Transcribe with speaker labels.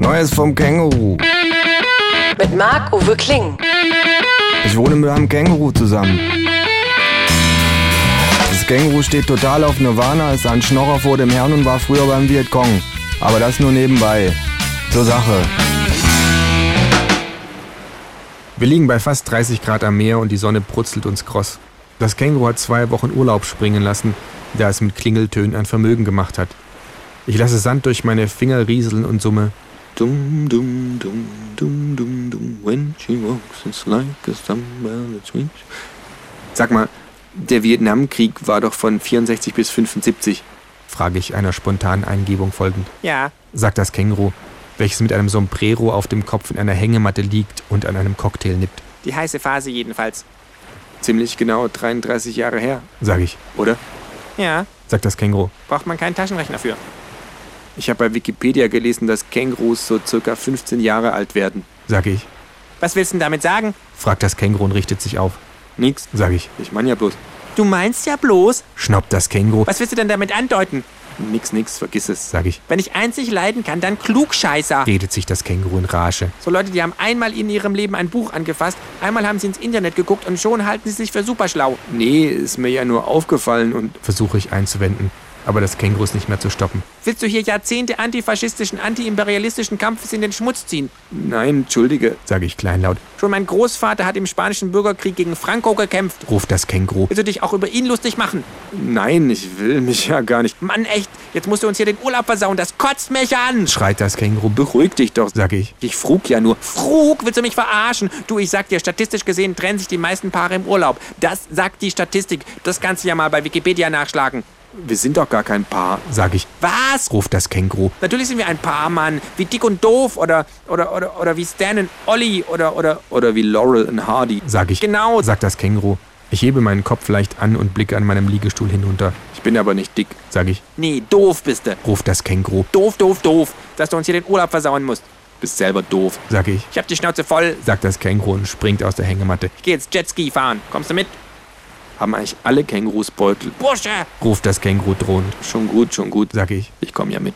Speaker 1: Neues vom Känguru.
Speaker 2: Mit Marc-Uwe Kling.
Speaker 1: Ich wohne mit einem Känguru zusammen. Das Känguru steht total auf Nirvana, ist ein Schnorrer vor dem Herrn und war früher beim Vietcong. Aber das nur nebenbei. Zur Sache.
Speaker 3: Wir liegen bei fast 30 Grad am Meer und die Sonne brutzelt uns kross. Das Känguru hat zwei Wochen Urlaub springen lassen, da es mit Klingeltönen ein Vermögen gemacht hat. Ich lasse Sand durch meine Finger rieseln und summe.
Speaker 4: Dum dum dum dum dum dum. When she walks, it's like a stumble, it's when she-
Speaker 3: Sag mal, der Vietnamkrieg war doch von 64 bis 75, frage ich einer spontanen Eingebung folgend.
Speaker 5: Ja.
Speaker 3: sagt das Känguru, welches mit einem Sombrero auf dem Kopf in einer Hängematte liegt und an einem Cocktail nippt.
Speaker 5: Die heiße Phase jedenfalls.
Speaker 3: Ziemlich genau 33 Jahre her, sage ich, oder?
Speaker 5: Ja,
Speaker 3: sagt das Känguru.
Speaker 5: braucht man keinen Taschenrechner für.
Speaker 3: Ich habe bei Wikipedia gelesen, dass Kängurus so circa 15 Jahre alt werden, sage ich.
Speaker 5: Was willst du denn damit sagen?
Speaker 3: Fragt das Känguru und richtet sich auf.
Speaker 4: Nix,
Speaker 3: Sag ich.
Speaker 4: ich meine ja bloß.
Speaker 5: Du meinst ja bloß,
Speaker 3: Schnappt das Känguru.
Speaker 5: was willst du denn damit andeuten?
Speaker 4: Nix, nix, vergiss es.
Speaker 3: Sag ich.
Speaker 5: Wenn ich einzig leiden kann, dann Klugscheißer.
Speaker 3: Redet sich das Känguru in Rage.
Speaker 5: Ah. So Leute, die haben einmal in ihrem Leben ein Buch angefasst, einmal haben sie ins Internet geguckt und schon halten sie sich für superschlau.
Speaker 3: Nee, ist mir ja nur aufgefallen und versuche ich einzuwenden. Aber das Känguru ist nicht mehr zu stoppen.
Speaker 5: Willst du hier Jahrzehnte antifaschistischen, antiimperialistischen Kampfes in den Schmutz ziehen?
Speaker 3: Nein, entschuldige, sage ich kleinlaut.
Speaker 5: Schon mein Großvater hat im Spanischen Bürgerkrieg gegen Franco gekämpft.
Speaker 3: Ruft das Känguru.
Speaker 5: Willst du dich auch über ihn lustig machen?
Speaker 3: Nein, ich will mich ja gar nicht.
Speaker 5: Mann, echt, jetzt musst du uns hier den Urlaub versauen, das kotzt mich an.
Speaker 3: Schreit das Känguru.
Speaker 4: Beruhig dich doch.
Speaker 3: Sag ich.
Speaker 4: Ich frug ja nur.
Speaker 5: Frug, willst du mich verarschen? Du, ich sag dir, statistisch gesehen trennen sich die meisten Paare im Urlaub. Das sagt die Statistik. Das kannst du ja mal bei Wikipedia nachschlagen.
Speaker 4: Wir sind doch gar kein Paar.
Speaker 3: Sag ich.
Speaker 5: Was?
Speaker 3: Ruft das Känguru.
Speaker 5: Natürlich sind wir ein Paar, Mann. Wie dick und doof oder, oder, oder, oder wie Stan und Olli oder, oder...
Speaker 4: Oder wie Laurel und Hardy.
Speaker 3: Sag ich.
Speaker 5: Genau.
Speaker 3: Sagt das Känguru. Ich hebe meinen Kopf leicht an und blicke an meinem Liegestuhl hinunter.
Speaker 4: Ich bin aber nicht dick.
Speaker 3: Sag ich.
Speaker 5: Nee, doof bist du.
Speaker 3: Ruft das Känguru.
Speaker 5: Doof, doof, doof. Dass du uns hier den Urlaub versauen musst.
Speaker 4: Bist selber doof.
Speaker 3: Sag ich.
Speaker 5: Ich hab die Schnauze voll.
Speaker 3: Sagt das Känguru und springt aus der Hängematte.
Speaker 5: Ich geh jetzt Jetski fahren. Kommst du mit?
Speaker 4: Haben eigentlich alle Kängurus Beutel.
Speaker 5: Bursche!
Speaker 3: Ruft das Känguru drohend.
Speaker 4: Schon gut, schon gut.
Speaker 3: Sag ich.
Speaker 4: Ich komm ja mit.